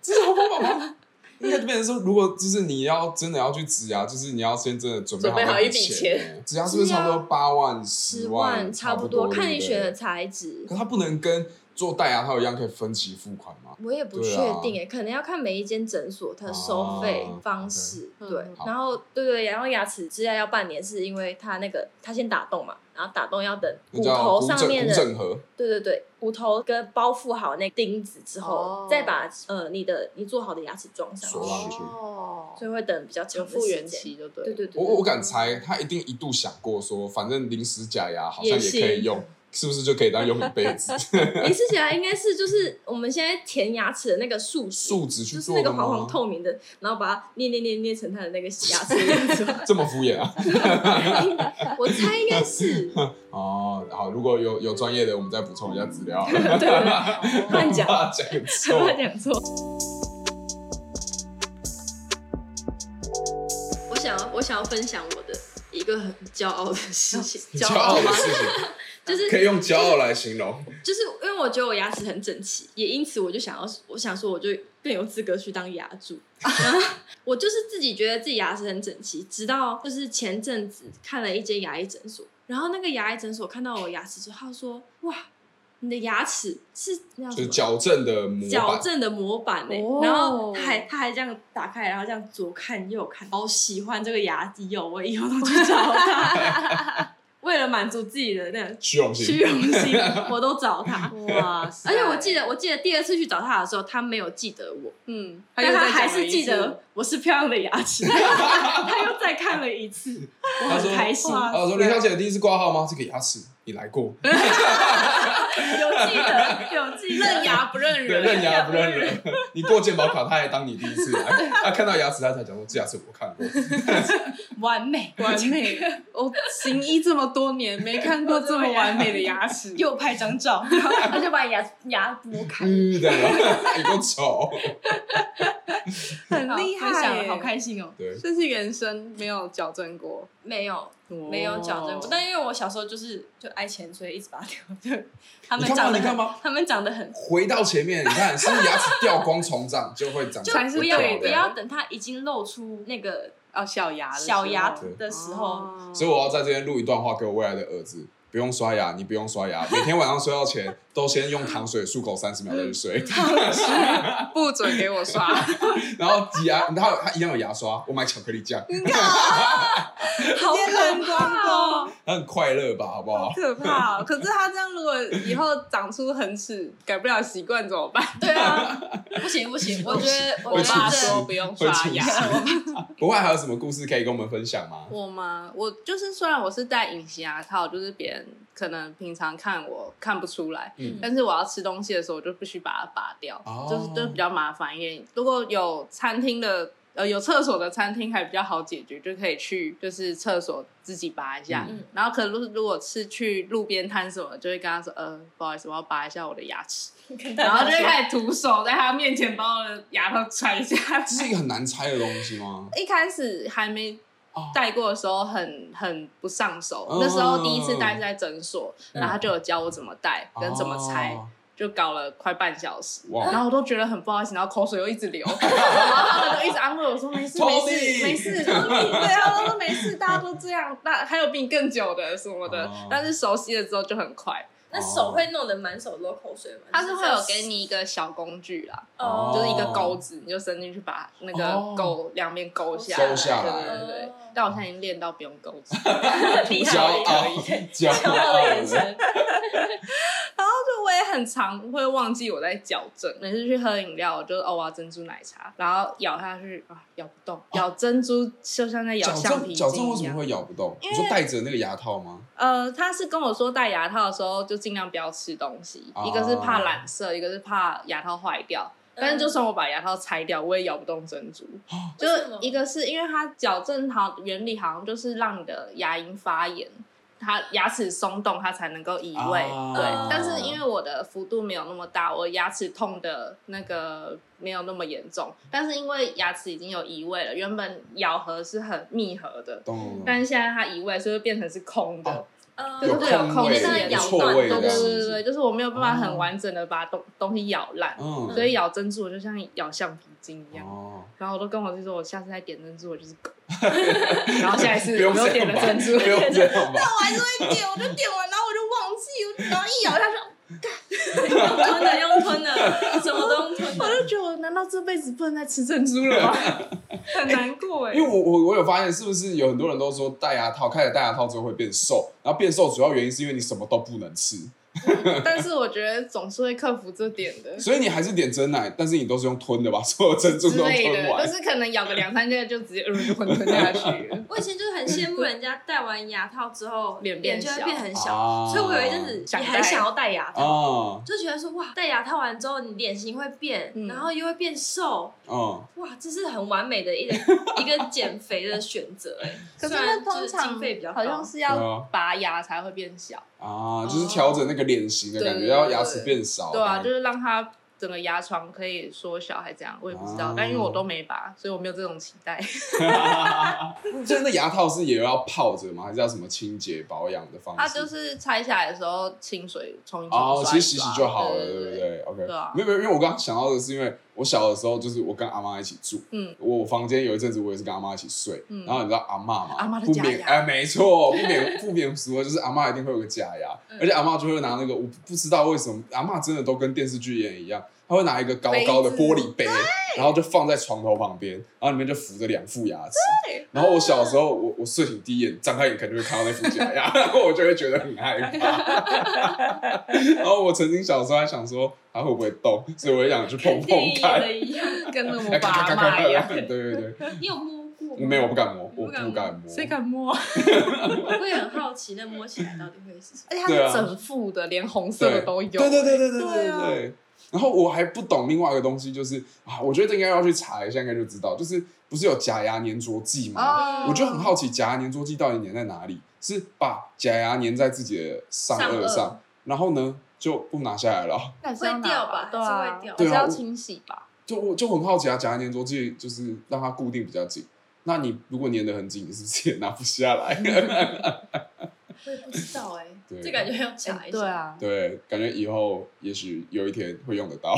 S2: 这 是好方法吗？ 应该就变成说，如果就是你要真的要去植牙，就是你要先真的准备
S3: 准备好
S2: 那
S3: 一
S2: 个
S3: 笔
S2: 钱，植牙是不是差不多八万、十万，
S1: 差
S2: 不
S1: 不多，看
S2: 对
S1: 你
S2: 不对
S1: 选的材质。
S2: 可它不能跟做代牙套一样可以分期付款吗？
S1: 我也不确
S2: 对啊
S1: 定诶、可能要看每一间诊所它的收费
S2: 哦
S1: 方式。
S3: OK
S1: 对
S3: 嗯，
S2: 好
S1: 然后对对，然后牙齿治疗要半年，是因为它那个它先打洞嘛，然后打洞要等
S2: 那
S1: 骨
S2: 叫
S1: 头
S2: 骨
S1: 上
S2: 整
S1: 面
S2: 骨整
S1: 的，
S2: 合，
S1: 对对对，骨头跟包覆好那钉子之后，
S3: 哦
S1: 再把呃你的你做好的牙齿装上
S2: 锁上
S1: 去，
S2: 去
S3: 哦，
S1: 所以会等比较
S3: 有
S1: 长的
S3: 复原
S1: 时间。
S3: 期就对。
S1: 对对对，
S2: 啊我我敢猜，他一定一度想过说，反正临时假牙好像也可
S1: 也
S2: 以
S1: 行
S2: 用，是不是就可以当用一辈子？
S1: 你吃起来应该是就是我们现在填牙齿的那个树脂，
S2: 树脂去
S1: 就是
S2: 做
S1: 那
S2: 的
S1: 个
S2: 吗？
S1: 黄黄透明的，然后把它捏捏捏捏成它的那个牙齿的样子 吧。
S2: 这么敷衍啊？
S1: 我猜应该是，
S2: 哦，好，如果有有专业的，我们再补充一下资料。
S1: 对对，
S3: 对，哦
S1: 乱讲，
S2: 怕 讲 错
S1: 乱讲错。我想要，我想要分享我的一个很骄傲的事 情，
S2: 骄傲
S1: 吗
S2: 的？事 情，
S1: 就是
S2: 可以用骄傲来形容。
S1: 就是因为我觉得我牙齿很整齐，也因此我就想要，我想说我就更有资格去当牙 柱。然后我就是自己觉得自己牙齿很整齐，直到就是前阵子看了一间牙医诊所，然后那个牙医诊所看到我牙齿之后，他说：“哇，你的牙齿是那叫什
S2: 就是
S1: 么？”
S2: 矫正的模
S1: 矫
S2: 板，
S1: 正的模板呢、
S3: 哦
S1: 然后他还他还这样打开，然后这样左看右看，好喜欢这个牙医哦，我以后都去找他。 为了满足自己的那个
S2: 虚荣
S1: 虚
S2: 心。
S1: 荣心，我都找他。
S3: 哇 塞！
S1: 而且我记得，我记得第二次去找他的时候，他没有记得我，
S3: 嗯，
S1: 但
S3: 又
S1: 他
S3: 再讲
S1: 还
S3: 了
S1: 是
S3: 一
S1: 记
S3: 次，
S1: 得我是漂亮的牙齿， 他又再看了一次，我
S2: 他说
S1: 很开心，
S2: 啊，我说林小姐你第一次挂号吗？这个牙齿你来过，
S1: 有记得，有记得，
S3: 认牙不认
S2: 对，
S3: 人，
S2: 认牙不认人。 你过健保卡，他还当你第一次来，他看到牙齿他才讲说这牙齿我看过。
S1: 完美，
S3: 完美。 我行医这么多年，没看过这么完美的牙 齿。
S1: 又拍张照，然后他就把牙牙拨开，
S2: 嗯，这样，你够丑。
S3: 很厉害耶
S1: 分享了好开心哦。
S2: 对，
S3: 这是原生没有矫正过，
S1: 没有，
S3: 哦
S1: 没有矫正过，但因为我小时候就是就爱钱，所以一直把它掉。就他们
S2: 你看吧
S1: 长得
S2: 你看
S1: 很
S2: 吧，
S1: 他们长得很，
S2: 回到前面，你看是不是牙齿掉光重长就会长
S1: 就
S2: 这样？
S3: 才是
S1: 不要
S3: 对
S1: 不
S3: 的
S1: 要等它已经露出那个
S3: 哦小牙的时候
S1: 小牙
S2: 对
S1: 的时候，
S3: 哦
S2: 所以我要在这边录一段话给我未来的儿子。不用刷牙，你不用刷牙，每天晚上睡觉前都先用糖水漱口三十秒再去睡，
S1: 嗯
S3: 啊不准给我刷，
S2: 然后挤牙，然后它一样有牙刷，我买巧克力酱，
S1: 嗯
S3: 好可怕哦，
S2: 它很快乐吧，好不好？
S3: 可怕 哦！可是他这样，如果以后长出恒齿，改不了习惯怎么办？
S1: 对啊，不行不行，我觉得我
S3: 我
S1: 觉
S3: 爸
S1: 得
S2: 出事
S3: 说不用刷牙。
S2: 国外还有什么故事可以跟我们分享吗？
S3: 我吗？我就是虽然我是戴隐形牙套，就是别人可能平常看我看不出来，
S2: 嗯
S3: 但是我要吃东西的时候，我就必须把它拔掉，
S2: 哦
S3: 就是就比较麻烦一点。如果有餐厅的。呃，有厕所的餐厅还比较好解决，就可以去就是厕所自己拔一下。
S1: 嗯
S3: 然后可如如果是去路边摊什么，就会跟他说，呃，不好意思，我要拔一下我的牙齿，然后就会开始徒手在他面前把我的牙套揣下来。
S2: 哦 这是一个很难猜的东西吗？
S3: 一开始还没
S2: 哦
S3: 带过的时候很很不上手，
S2: 哦
S3: 那时候第一次带是在诊所，
S2: 嗯
S3: 然后他就有教我怎么带跟怎么拆，
S2: 哦
S3: 就搞了快半小时，
S2: 哇
S3: 然后我都觉得很不好意思，然后口水又一直 流，然后他们都一直安慰我说没事没
S2: Tony
S3: 事没 事，对，啊他们说没事，大家都这样，那还有比你更久的什么的
S2: 哦，
S3: 但是熟悉了之后就很快，
S4: 那手会弄得满手都口水吗？
S3: 他是会有给
S4: 你
S3: 你一个小工具啦，
S2: 哦
S3: 就是一个钩子，你就伸进去把那
S2: 哦
S3: 个钩两边勾下
S2: 勾下来
S3: 对对对对
S4: 哦。
S3: 但我现在已经练到不用钩 子，
S4: 厉害，
S2: 骄傲， 骄
S4: 骄傲的眼
S2: 傲
S4: 神，
S3: 就我也很常会忘记我在矫正。每次去喝饮料，我就哦我要珍珠奶茶，然后咬下去啊咬不动，咬珍珠就像在咬
S2: 哦矫
S3: 橡
S2: 正
S3: 皮
S2: 矫正为
S3: 筋一
S2: 什么
S3: 样。
S2: 会咬不动？你
S3: 因为
S2: 说戴着那个牙套吗？
S3: 呃，他是跟我说戴牙套的时候就尽量不要吃东西，
S2: 哦
S3: 一个是怕染色，一个是怕牙套坏掉。
S4: 嗯
S3: 但是就算我把牙套拆掉，我也咬不动珍珠。
S2: 啊
S3: 就
S4: 为什么
S3: 一个是因为它矫正好原理好像就是让你的牙龈发炎，它牙齿松动，它才能够移位。
S2: 啊
S3: 对
S4: 哦，
S3: 但是因为我的幅度没有那么大，我牙齿痛的那个没有那么严重。但是因为牙齿已经有移位了，原本咬合是很密合的，
S2: 懂
S3: 但是现在它移位，所以会变成是空的。
S2: 嗯哦
S4: 嗯
S3: 就是会有空
S2: 位，
S3: 间
S2: 有
S3: 咬
S2: 错
S4: 断
S2: 位
S3: 对
S2: 的
S3: 对
S2: 这样
S3: 对对
S2: 子
S3: 对，就是我没有办法
S2: 哦
S3: 很完整的把东东西咬烂，
S2: 嗯，
S3: 所以咬珍珠我就像咬橡皮筋一样。
S2: 哦，
S3: 然后我都跟我弟说，我下次再点珍珠，我就是狗。 然后下一次
S2: 不用
S3: 我又
S2: 这
S3: 点
S2: 样
S3: 了
S2: 吧，
S3: 珍珠，
S2: 不用这 样吧，
S3: 还是会点，我就点完，然后我就忘记，然后一咬下去，
S4: 用吞的，用吞的，什么都用吞
S3: 我
S4: 的。
S3: 就觉得我难道这辈子不能再吃珍珠 了吗？很难过
S4: 欸
S3: 哎、
S2: 因为我我我有发现，是不是有很多人都说戴牙套，开始戴牙套之后会变瘦，然后变瘦主要原因是因为你什么都不能吃，
S3: 但是我觉得总是会克服这点的
S2: 所以你还是点真奶，但是你都是用吞的吧，所有珍珠
S3: 之
S2: 都
S3: 类
S2: 吞
S3: 的，
S2: 完
S3: 但，是可能咬个两三下就直接呃就吞吞下去 了。
S4: 我以前就是很羡慕人家戴完牙套之后，
S3: 脸
S4: 脸
S3: 变
S4: 就
S3: 小
S4: 会变很小，
S2: 啊
S4: 所以我有一阵子
S3: 想
S4: 也
S3: 戴
S4: 很想要戴牙套，
S2: 啊，
S4: 就觉得说哇，戴牙套完之后你脸型会变，
S3: 嗯
S4: 然后又会变瘦，
S2: 嗯，
S4: 哇，这是很完美的 一个一个减肥的选择哎。
S3: 可是
S4: 虽
S3: 那
S4: 然
S3: 通
S4: 就是
S3: 常
S4: 经费比较
S3: 好像
S4: 高，
S3: 是
S2: 对
S3: 要
S2: 啊
S3: 拔牙才会变小，
S2: 啊，就是调整那个脸型的感觉，
S3: 哦对对对
S2: 要牙齿变少。
S3: 对啊，
S2: 感
S3: 就
S2: 觉
S3: 是让它整个牙床可以缩小，还这样，我也不知道。
S2: 哦
S3: 但因为我都没拔，所以我没有这种期待。
S2: 所以那牙套是也要泡着吗？还是要什么清洁保养的方式？
S3: 它就是拆下来的时候清水冲一冲，
S2: 哦，
S3: 刷
S2: 其
S3: 一
S2: 实洗洗
S3: 刷
S2: 就好了，
S3: 对
S2: 对不
S3: 对？
S2: 对？OK，
S3: 对啊
S2: 没有没有，因为我刚刚想到的是，因为我小的时候就是我跟阿妈一起住，
S3: 嗯，
S2: 我房间有一阵子我也是跟阿妈一起睡，
S3: 嗯
S2: 然后你知道阿妈嘛，
S3: 阿嬷的
S2: 不
S3: 假
S2: 免
S3: 牙
S2: 哎，没错，不 免不免俗的就是阿妈一定会有个假牙，
S3: 嗯
S2: 而且阿妈就会拿那个我不知道为什么阿妈真的都跟电视剧演一样，她会拿一个高高的
S3: 杯子
S2: 玻璃杯，然后就放在床头旁边，然后里面就扶着两副牙齿，
S3: 对
S2: 然后我小时候，我我睡醒第一眼张开眼可能就会看到那副假牙， 然后我就会觉得很害怕。 然后我曾经小时候还想说它会不会动，所以我也想去碰碰
S4: 定义
S2: 看。
S4: 的一样，
S3: 跟那
S2: 哎咔
S3: 个爸
S2: 咔咔
S3: 阿
S2: 咔
S3: 妈一
S2: 咔
S3: 样。
S2: 对对对，
S4: 你有摸过
S2: 我
S4: 吗？
S2: 没有，我不敢摸，我
S4: 不敢摸
S2: 不敢摸。
S3: 谁敢摸？
S4: 我会很好奇，那摸起来到底会是什么？
S3: 而且它
S2: 对啊
S3: 是整副的，连红色
S2: 对
S3: 的都有。
S2: 对对对对对
S3: 对
S2: 对
S3: 啊
S2: 对。然后我还不懂另外一个东西，就是啊，我觉得应该要去查一下，应该就知道，就是不是有假牙粘着剂吗？
S3: 哦
S2: 我就很好奇假牙粘着剂到底粘在哪里？是把假牙粘在自己的上颚
S4: 上
S2: 上，然后呢就不拿下来了。
S3: 那你是
S4: 会
S3: 要拿
S4: 掉吧
S3: 对
S4: 还是
S3: 啊
S4: 会掉
S3: 还是
S2: 对啊
S3: 要
S2: 我
S3: 清洗吧。
S2: 就我就很好奇啊，假牙粘着剂就是让它固定比较紧。那你如果粘得很紧，你是不是也拿不下来？
S4: 我也不知道哎
S2: 对，
S4: 这感觉要查
S3: 欸哎
S4: 一下。
S3: 对啊，
S2: 对，感觉以后也许有一天会用得 到。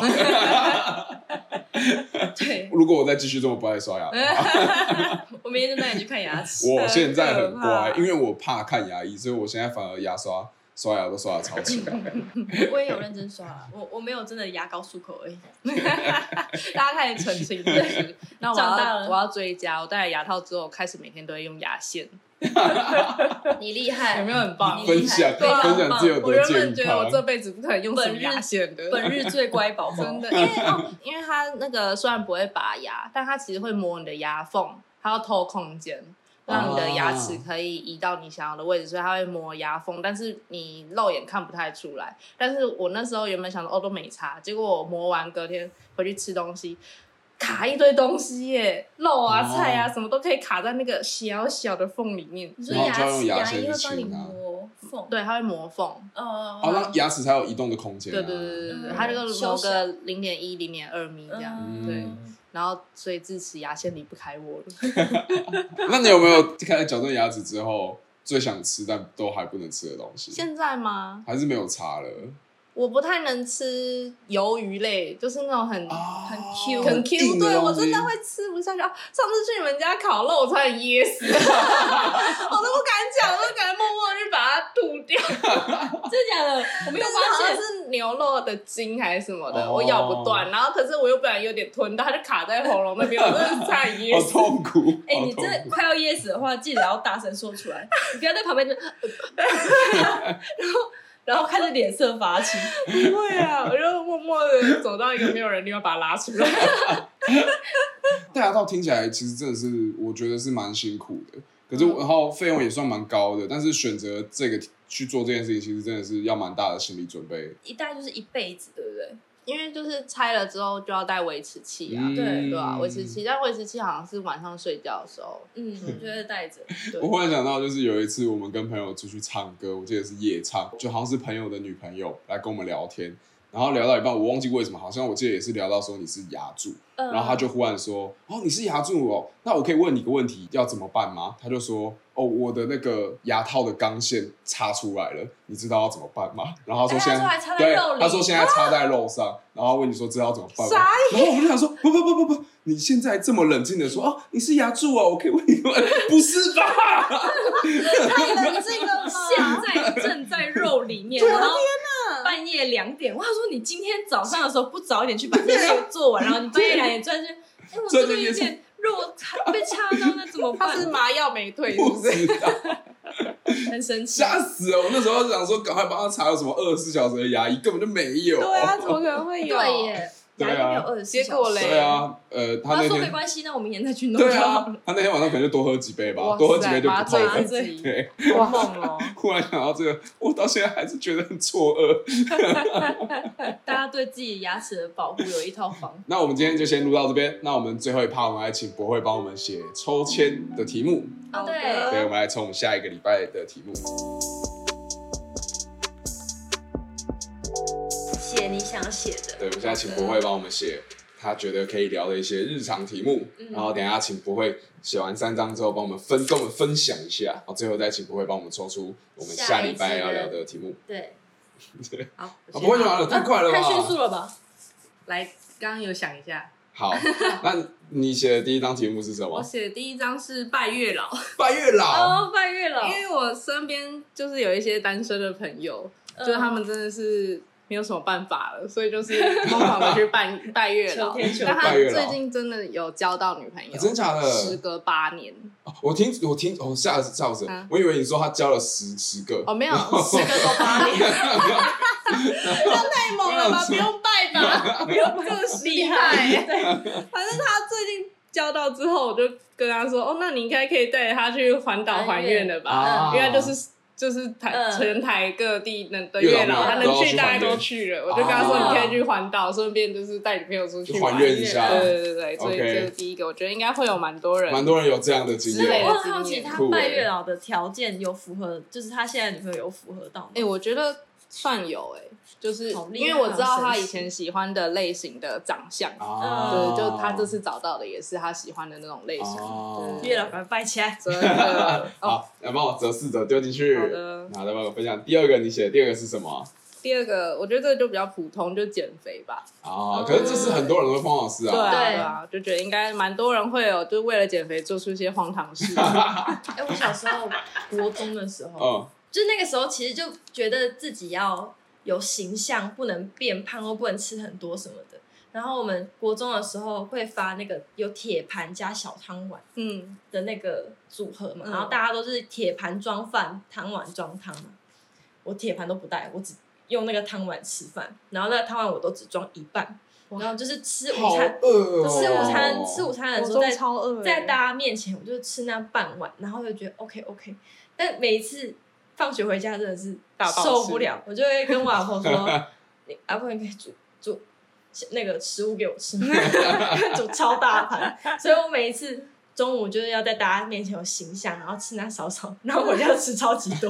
S4: 对，
S2: 如果我再继续这么不爱刷牙的话，
S4: 我明天就带你去看牙齿。
S2: 我现在 很
S3: 很可怕
S2: 乖，因为我怕看牙医，所以我现在反而牙刷刷牙都刷的超 勤。
S1: 我也有认真刷啊，我我没有真的牙膏漱口 而已。
S3: 大家开始澄 清这事。那我
S4: 长大
S3: 要
S4: 了
S3: 我要追加，我戴了牙套之后，开始每天都会用牙线，
S1: 你厉害，
S3: 有没有很棒
S1: 你？
S2: 分享
S1: 非常
S2: 分享自己有
S3: 啊我
S2: 多
S3: 原
S2: 健
S3: 本觉得我这
S2: 康，
S3: 辈子不可能用什么牙线的，
S1: 本日最乖宝 宝
S3: 真，的，因为哦，因为它那个虽然不会拔牙，但它其实会磨你的牙缝，它要偷空间，让你的牙齿可以移到你想要的位置，所以它会磨牙缝，但是你肉眼看不太出来。但是我那时候原本想说哦都没差，结果我磨完隔天回去吃东西。卡一堆东西耶，肉啊、
S2: 哦
S3: 菜啊，什么都可以卡在那个小小的缝里面。
S4: 你说
S2: 然后
S4: 牙
S2: 就要用
S4: 齿
S2: 牙
S4: 牙
S2: 线
S4: 医会
S2: 去
S4: 帮你
S2: 清啊
S4: 磨缝，
S3: 对，它会磨缝。
S4: 哦，
S2: 哦，让牙齿才有移动的空间、啊。
S3: 对对对对对，
S4: 嗯
S3: 它就是
S4: 修
S3: 磨
S4: 小
S3: 个零点一、零点二米这样。
S2: 嗯
S3: 对，然后所以智齿牙线离不开我了。
S2: 那你有没有开始矫正牙齿之后最想吃但都还不能吃的东西？
S3: 现在吗？
S2: 还是没有差了？
S3: 我不太能吃鱿鱼类，就是那种很、
S2: 啊，
S4: 很 Q
S3: 哦很
S2: 硬
S3: Q，
S2: 的
S3: 对
S2: 东
S3: 我
S2: 西
S3: 真的会吃不下去。啊、上次去你们家烤肉，我差点噎 死，我都不敢讲，我都敢默默去把它吐掉。
S4: 真的假的？我 没有
S3: 但是好
S4: 发
S3: 像
S4: 现，
S3: 是牛肉的筋还是什么的，
S2: 哦
S3: 我咬不断，然后可是我又不然有点吞到，它就卡在喉咙那边，我真的是差点
S2: 哦
S3: 噎
S2: 好
S3: 死。
S2: 痛苦。
S4: 哎，
S2: 好
S4: 你
S2: 痛
S4: 真的
S2: 苦
S4: 快要噎死的话，记得要大声说出来，你不要在旁 边就， 然后然后看着脸色发青，
S3: 不会啊，我就默默的走到一个没有人的地方把它拉出来。
S2: 戴牙套听起来其实真的是，我觉得是蛮辛苦的。可
S3: 嗯
S2: 是我，然后费用也算蛮高的，但是选择这个去做这件事情，其实真的是要蛮大的心理准备。
S4: 一戴就是一辈子，对不对？
S3: 因为就是拆了之后就要戴维持器啊，
S2: 嗯
S3: 对对啊，维持器，但维持器好像是晚上睡觉的时候，
S4: 嗯，我觉得戴着，
S3: 对
S2: 我忽然想到，就是有一次我们跟朋友出去唱歌，我记得是夜唱，就好像是朋友的女朋友来跟我们聊天，然后聊到一半，我忘记为什么，好像我记得也是聊到说你是牙柱，
S4: 嗯
S2: 然后他就忽然说：“哦，你是牙柱哦，那我可以问你个问题，要怎么办吗？”他就说：“哦，我的那个牙套的钢线插出来了，你知道要怎么办吗？”然后他说：“
S4: 哎他
S2: 现
S4: 说
S2: 在
S4: 还插在
S2: 对
S4: 肉，里
S2: 他说现在插在肉上。”然后问你说：“知道怎么办吗
S3: 傻？”
S2: 然后我就想说：“不不不不不，你现在这么冷静的说哦，你是牙柱哦，我可以问你个问题，不是吧？
S3: 太冷静了
S4: 现在正在肉里面，
S1: 啊
S4: 然后半夜两点，我想说你今天早上的时候不早一点去把这件事情做完，然后你半夜两点钻进去，哎，我这个有点肉被插到，那怎么
S3: 他是
S4: 办？
S3: 麻药没退，是
S2: 不
S3: 不是？
S2: 知道。”
S4: 很生气。
S2: 吓死了！我那时候想说，赶快帮他查有什么二十四小时的牙医，根本就没有。
S3: 对啊，怎么可能会有？
S4: 对，耶，
S2: 对
S4: 牙
S2: 啊
S4: 医没有二十四
S3: 结
S4: 小
S3: 果
S4: 时。
S3: 嘞
S2: 对啊，呃，他
S4: 他
S2: 那
S4: 说没
S2: 天
S4: 关系，那我明天再去弄。
S2: 对啊，，他那天晚上可能就多喝几杯吧，多喝几杯就
S3: 麻
S2: 不痛
S3: 醉
S2: 了。
S3: 自己，
S2: 对，
S3: 好猛 哦！
S2: 忽然想到这个，我到现在还是觉得很错愕。
S4: 大家对自己牙齿的保护有一套方法。
S2: 那我们今天就先录到这边。那我们最后一趴，我们来请博会帮我们写抽签的题目。
S4: 哦，对，
S3: 好
S2: 对，
S3: 的
S2: 我们来抽我们下一个礼拜的题目。
S1: 写你想写的。
S2: 对，我们现在请博会帮我们写他觉得可以聊的一些日常题目。
S3: 嗯
S2: 然后等一下请博会写完三张之后，帮我们分跟我们分享一下。然后最后再请博会帮我们抽出我们下礼拜要聊的题目。
S1: 对，
S2: 啊，
S3: 好，
S2: 不会就完了，太快了吧？
S4: 太迅速了吧？
S3: 来，刚刚有想一下，
S2: 好，那你写的第一张题目是什
S3: 我
S2: 么？
S3: 写的第一张是拜月老，
S2: 拜月老。
S4: 哦，拜月老
S3: 因，为我身边就是有一些单身的朋友，
S4: 嗯
S3: 就是他们真的是没有什么办法了，所以就是疯狂的去 拜拜月老
S4: 求天求。地
S3: 但他
S2: 拜月老
S3: 最近真的有交到女朋友，
S2: 啊真假的
S3: 时隔八年，
S2: 我听，我听，哦，吓死吓死
S3: 啊！
S2: 我以为你说他交了十十个，
S3: 哦，没有，时隔都八年， 太猛了吧？不用拜吧，不用这个实
S4: 厉
S3: 力
S4: 害
S3: 拜。反正他最近交到之后，我就跟他说，哦，那你应该可以带着他去环岛还愿了吧？
S2: 啊
S3: 因为他就是就是台、
S4: 嗯
S3: 全台各地能的
S4: 月
S3: 月老，
S4: 老
S3: 他能去大家都去了。我就跟他说，
S4: 哦
S3: 你可以去环岛，顺便就是带女朋友出去
S2: 就
S3: 玩
S2: 还愿一下
S3: 对。对对对，所以
S2: OK
S3: 这是第一个，我觉得应该会有蛮多人。
S2: 蛮多人有这样的经
S3: 之类
S2: 验
S3: 的
S4: 我。很好奇他
S2: 酷欸
S4: 拜月老的条件有符合，就是他现在女朋友有符合到吗
S3: 哎、？我觉得算有哎、就是
S4: 好厉害啊
S3: 因为我知道
S4: 好神奇
S3: 他以前喜欢的类型的长相，
S2: 啊
S3: 对，就他这次找到的也是他喜欢的那种类型。
S2: 哦
S3: 对
S4: 月老，赶快拜起来。
S3: 真的哦。
S2: 好，来帮我折四折丢进去。
S3: 好的
S2: 那再帮我分享第二个，你写的第二个是什么？
S3: 第二个，我觉得这个就比较普通，就减肥吧。
S2: 啊，
S3: 嗯
S2: 可是这是很多人都碰到的事啊。
S3: 啊，对啊，就觉得应该蛮多人会有，就 为了减肥做出一些荒唐事。哦
S4: 哎、我小时候国中的时候，
S2: 嗯，
S1: 就是那个时候其实就觉得自己要有形象，不能变胖或不能吃很多什么的。然后我们国中的时候会发那个有铁盘加小汤碗
S3: 嗯，
S1: 的那个组合嘛，
S3: 嗯
S1: 然后大家都是铁盘装饭，汤碗装汤嘛。我铁盘都不带，我只用那个汤碗吃饭，然后那个汤碗我都只装一半，
S3: 哇
S1: 然后就是吃午
S2: 好
S1: 餐，
S2: 饿哦！
S1: 吃午餐吃午餐的
S3: 我
S1: 时候
S3: 中
S1: 在
S3: 超饿欸，
S1: 在大家面前，我就吃那半碗，然后就觉得 OK OK。但每一次放学回家真的是
S3: 大爆吃
S1: 受不了，我就会跟我阿婆 说：“你阿婆，你可以煮煮那个食物给我吃吗， 煮超大盘。”所以我每一次中午就是要在大家面前有形象，然后吃那少少，然后我就要吃超级 多。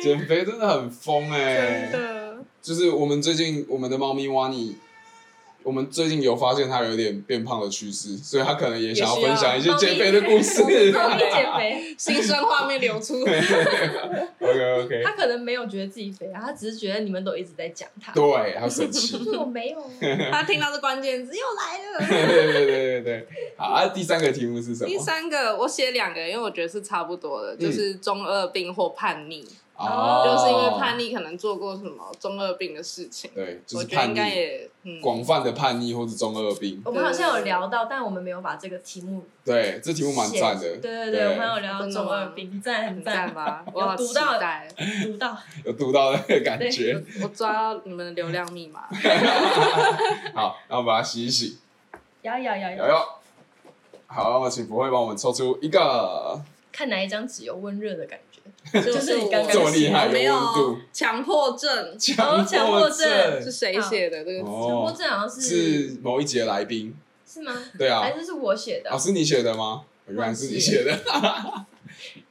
S2: 减肥真的很疯哎、
S3: 真的，
S2: 就是我们最近我们的猫咪瓦尼，我们最近有发现它有点变胖的趋势，所以它可能也想要分享一些减肥的故 事。
S1: 猫 咪减肥，
S3: 心酸画面流出。
S2: OK OK，
S1: 它可能没有觉得自己肥啊，它只是觉得你们都一直在讲它。
S2: 对，它生 气。
S1: 就是我没有啊，
S3: 他听到这关键字又 来了。
S2: 对对对对对，好啊！第三个题目是什么？
S3: 第三个我写两个，因为我觉得是差不多的，就是中二病或叛逆，
S2: 嗯哦，
S3: 就是因为叛。逆可能做过什么中二病的事情，
S2: 对，就
S3: 我
S2: 是
S3: 觉得
S2: 叛
S3: 应该
S2: 逆，
S3: 也嗯，
S2: 广泛的叛逆或者中二病。
S1: 我们好像有聊到，但我们没有把这个题目
S2: 对，这题目蛮赞的。
S1: 对对对，我们有聊到
S3: 真的
S1: 中
S3: 吗
S1: 二病，赞很
S3: 很赞
S1: 赞，
S3: 吧？我
S1: 有
S3: 好
S1: 读
S3: 期
S1: 到
S3: 待，
S1: 读到
S2: 有读到那个感觉。
S3: 我我抓到你们的流量 密码，
S2: 好，那我们把它洗一洗，
S1: 摇摇摇
S2: 瑶
S1: 摇，
S2: 瑶。好，请不会帮我们抽出一个。
S1: 看哪一张纸有温热的感觉，
S3: 就是
S1: 你刚刚
S2: 这么厉害
S3: 我没
S2: 有温
S3: 有
S2: 度
S3: 强迫症，
S1: 哦强迫症
S3: 是谁写的这个词？
S1: 我
S2: 哦，
S1: 这好像是
S2: 是某一节来宾，
S1: 是吗？
S2: 对啊
S1: 还，是是我写的
S2: 啊，？是你写的吗？原来是你写的，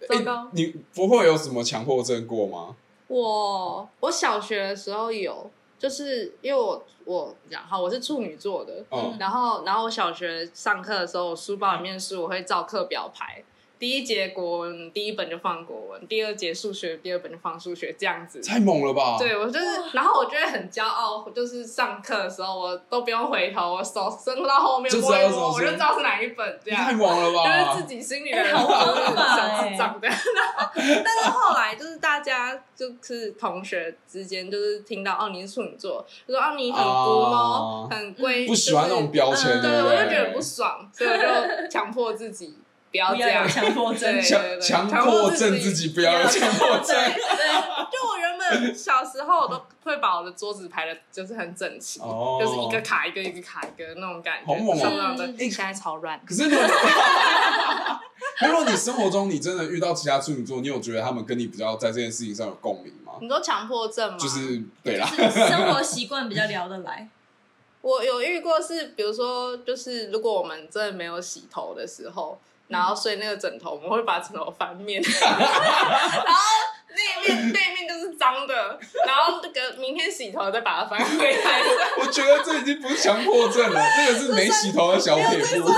S1: 糟糕，
S2: 你不会有什么强迫症过吗？
S3: 我我小学的时候有，就是因为我我讲好我是处女座的，
S2: 哦，
S3: 然后然后我小学上课的时候，我书包里面的书我会照课表排，第一节国文第一本就放国文，第二节数学第二本就放数学这样子。
S2: 太猛了吧！
S3: 对，我就是，然后我觉得很骄傲，就是上课的时候我都不用回头，我手伸到后面
S2: 就知道
S3: 摸一
S2: 是什
S3: 摸，
S2: 么
S3: 我
S2: 书
S3: 就知道是哪一本这
S2: 你
S3: 样。
S2: 太猛了
S3: 就是
S2: 吧
S3: 自！己心里面
S1: 好方法
S3: 想
S1: 欸
S3: 智障 的。然后，哎但是后来就是大家就是同学之间，就是听到哦你是处女座，就说哦你很古猫，
S2: 啊
S3: 很龟，
S2: 不喜欢那
S3: 就是
S2: 种标签，
S1: 嗯
S2: 对
S3: 嗯对，
S2: 不
S3: 我
S2: 对？
S3: 就觉得不爽，所以我就强迫自己不要
S1: 不
S3: 这
S1: 要
S3: 样
S1: 有。强迫症
S3: 对，
S2: 强强
S3: 强
S2: 迫
S3: 迫
S2: 症
S3: 自
S2: 自
S3: 己
S2: 己不要有强迫症。
S3: 就我原本小时候我都会把我的桌子排的，就是很整齐，
S2: 哦
S3: 就是一个卡一个，一个卡一个那种感觉，
S2: 好猛哦
S3: 上上的。
S1: 嗯
S3: 现在超乱，
S2: 可是如果如果你生活中你真的遇到其他处女座，你有觉得他们跟你比较在这件事情上有共鸣吗？
S3: 你说强迫症吗？
S2: 就是对啦，
S1: 是生活习惯比较聊得来，
S3: 我有遇过是，比如说，就是如果我们真的没有洗头的时候，
S1: 嗯
S3: 然后睡那个枕头，我们会把枕头 翻面， 然后那面背面就是脏的，然后那个明天洗头再把它翻 回来，
S2: 我觉得这已经不是强迫症了，这个是没洗头的小撇步。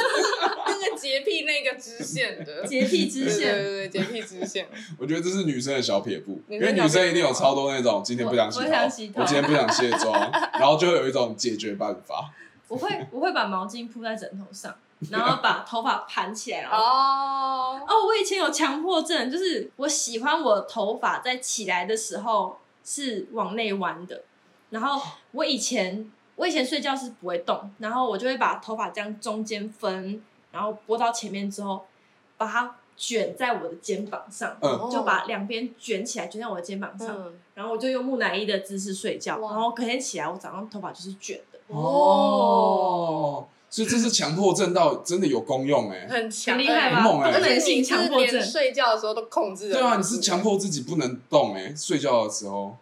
S3: 那个洁癖那个支线 的，
S1: 洁癖
S3: 对
S1: 之
S3: 对
S1: 线。
S3: 对，对洁癖支线，
S2: 我觉得这是女生的小撇步，因
S3: 女
S2: 为
S3: 生小撇步
S2: 女生一定有超多那种今天不想洗
S1: 我我想洗
S2: 头，
S1: 头
S2: 我今天不想卸妆，然后就会有一种解决办法。
S1: 我会我会把毛巾铺在枕头上，然后把头发盘起来，然后
S3: 哦，
S1: 哦，我以前有强迫症，就是我喜欢我头发在起来的时候是往内弯的，然后我以前我以前睡觉是不会动，然后我就会把头发这样中间分，然后拨到前面之后，把它卷在我的肩膀上，
S2: 嗯
S1: 就把两边卷起来，卷在我的肩膀上，
S3: 哦嗯
S1: 然后我就用木乃伊的姿势睡觉，
S3: 哇
S1: 然后隔天起来我早上头发就是卷的，
S3: 哦
S2: 哦，所以这是强迫症到真的有功用哎、
S3: 很强，
S1: 很厉害
S2: 吧很猛欸
S3: 而
S1: 功
S3: 且
S1: 能
S3: 你
S1: 性
S3: 是
S1: 强迫
S3: 连
S1: 症。
S3: 睡觉的时候都控制得
S2: 对
S3: 住，
S2: 啊，你是强迫自己不能动哎、睡觉的时候。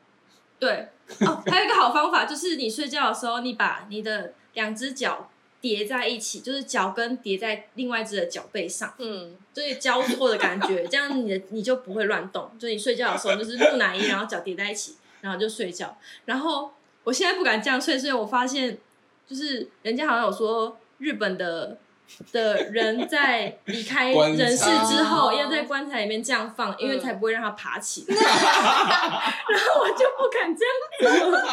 S1: 对，哦，还有一个好方法就是你睡觉的时候，你把你的两只脚叠在一起，就是脚跟叠在另外一只的脚背上，
S3: 嗯，
S1: 就是交错的感觉，这样你的你就不会乱动。就是你睡觉的时候就是木乃伊，然后脚叠在一起，然后就睡觉。然后我现在不敢这样睡，所以我发现就是人家好像有说日本的。的人在离开
S2: 棺材
S1: 人世之后，要在棺材里面这样放，因为
S3: 嗯
S1: 才不会让它爬起来。然后我就不敢这样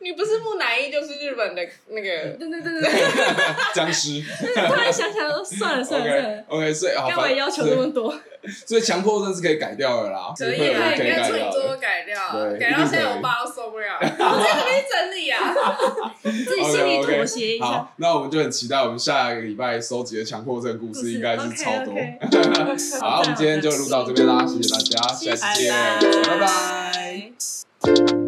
S3: 你不是木乃伊就是日本的那个，
S1: 对对啊对对对，
S2: 僵尸。
S1: 突然想想说，算了算了算
S2: OK
S1: 了，
S2: OK，所以好，
S1: 啊干嘛
S2: 反
S1: 要求那么多？
S2: 所以强迫症是可以改掉的啦，
S3: 可以
S2: 是
S3: 啊，
S2: 可以
S3: 你看
S2: 改
S3: 处女
S2: 掉
S3: 座都
S2: 的。
S3: 改掉
S2: 对，
S3: 改
S2: 一
S3: 到
S2: 定
S3: 现
S2: 可
S3: 在
S2: 以
S3: 我爸都受不 了，我在那边整理啊。
S1: 自己心里
S2: OK，OK
S1: 妥协一下。
S2: 好，那我们就很期待我们下个礼拜收集的强迫症故
S1: 故
S2: 事，
S1: 事
S2: 应该是超多。
S1: OK，OK
S2: 好，我们今天就录到这边啦，谢谢大家，下次见，拜拜。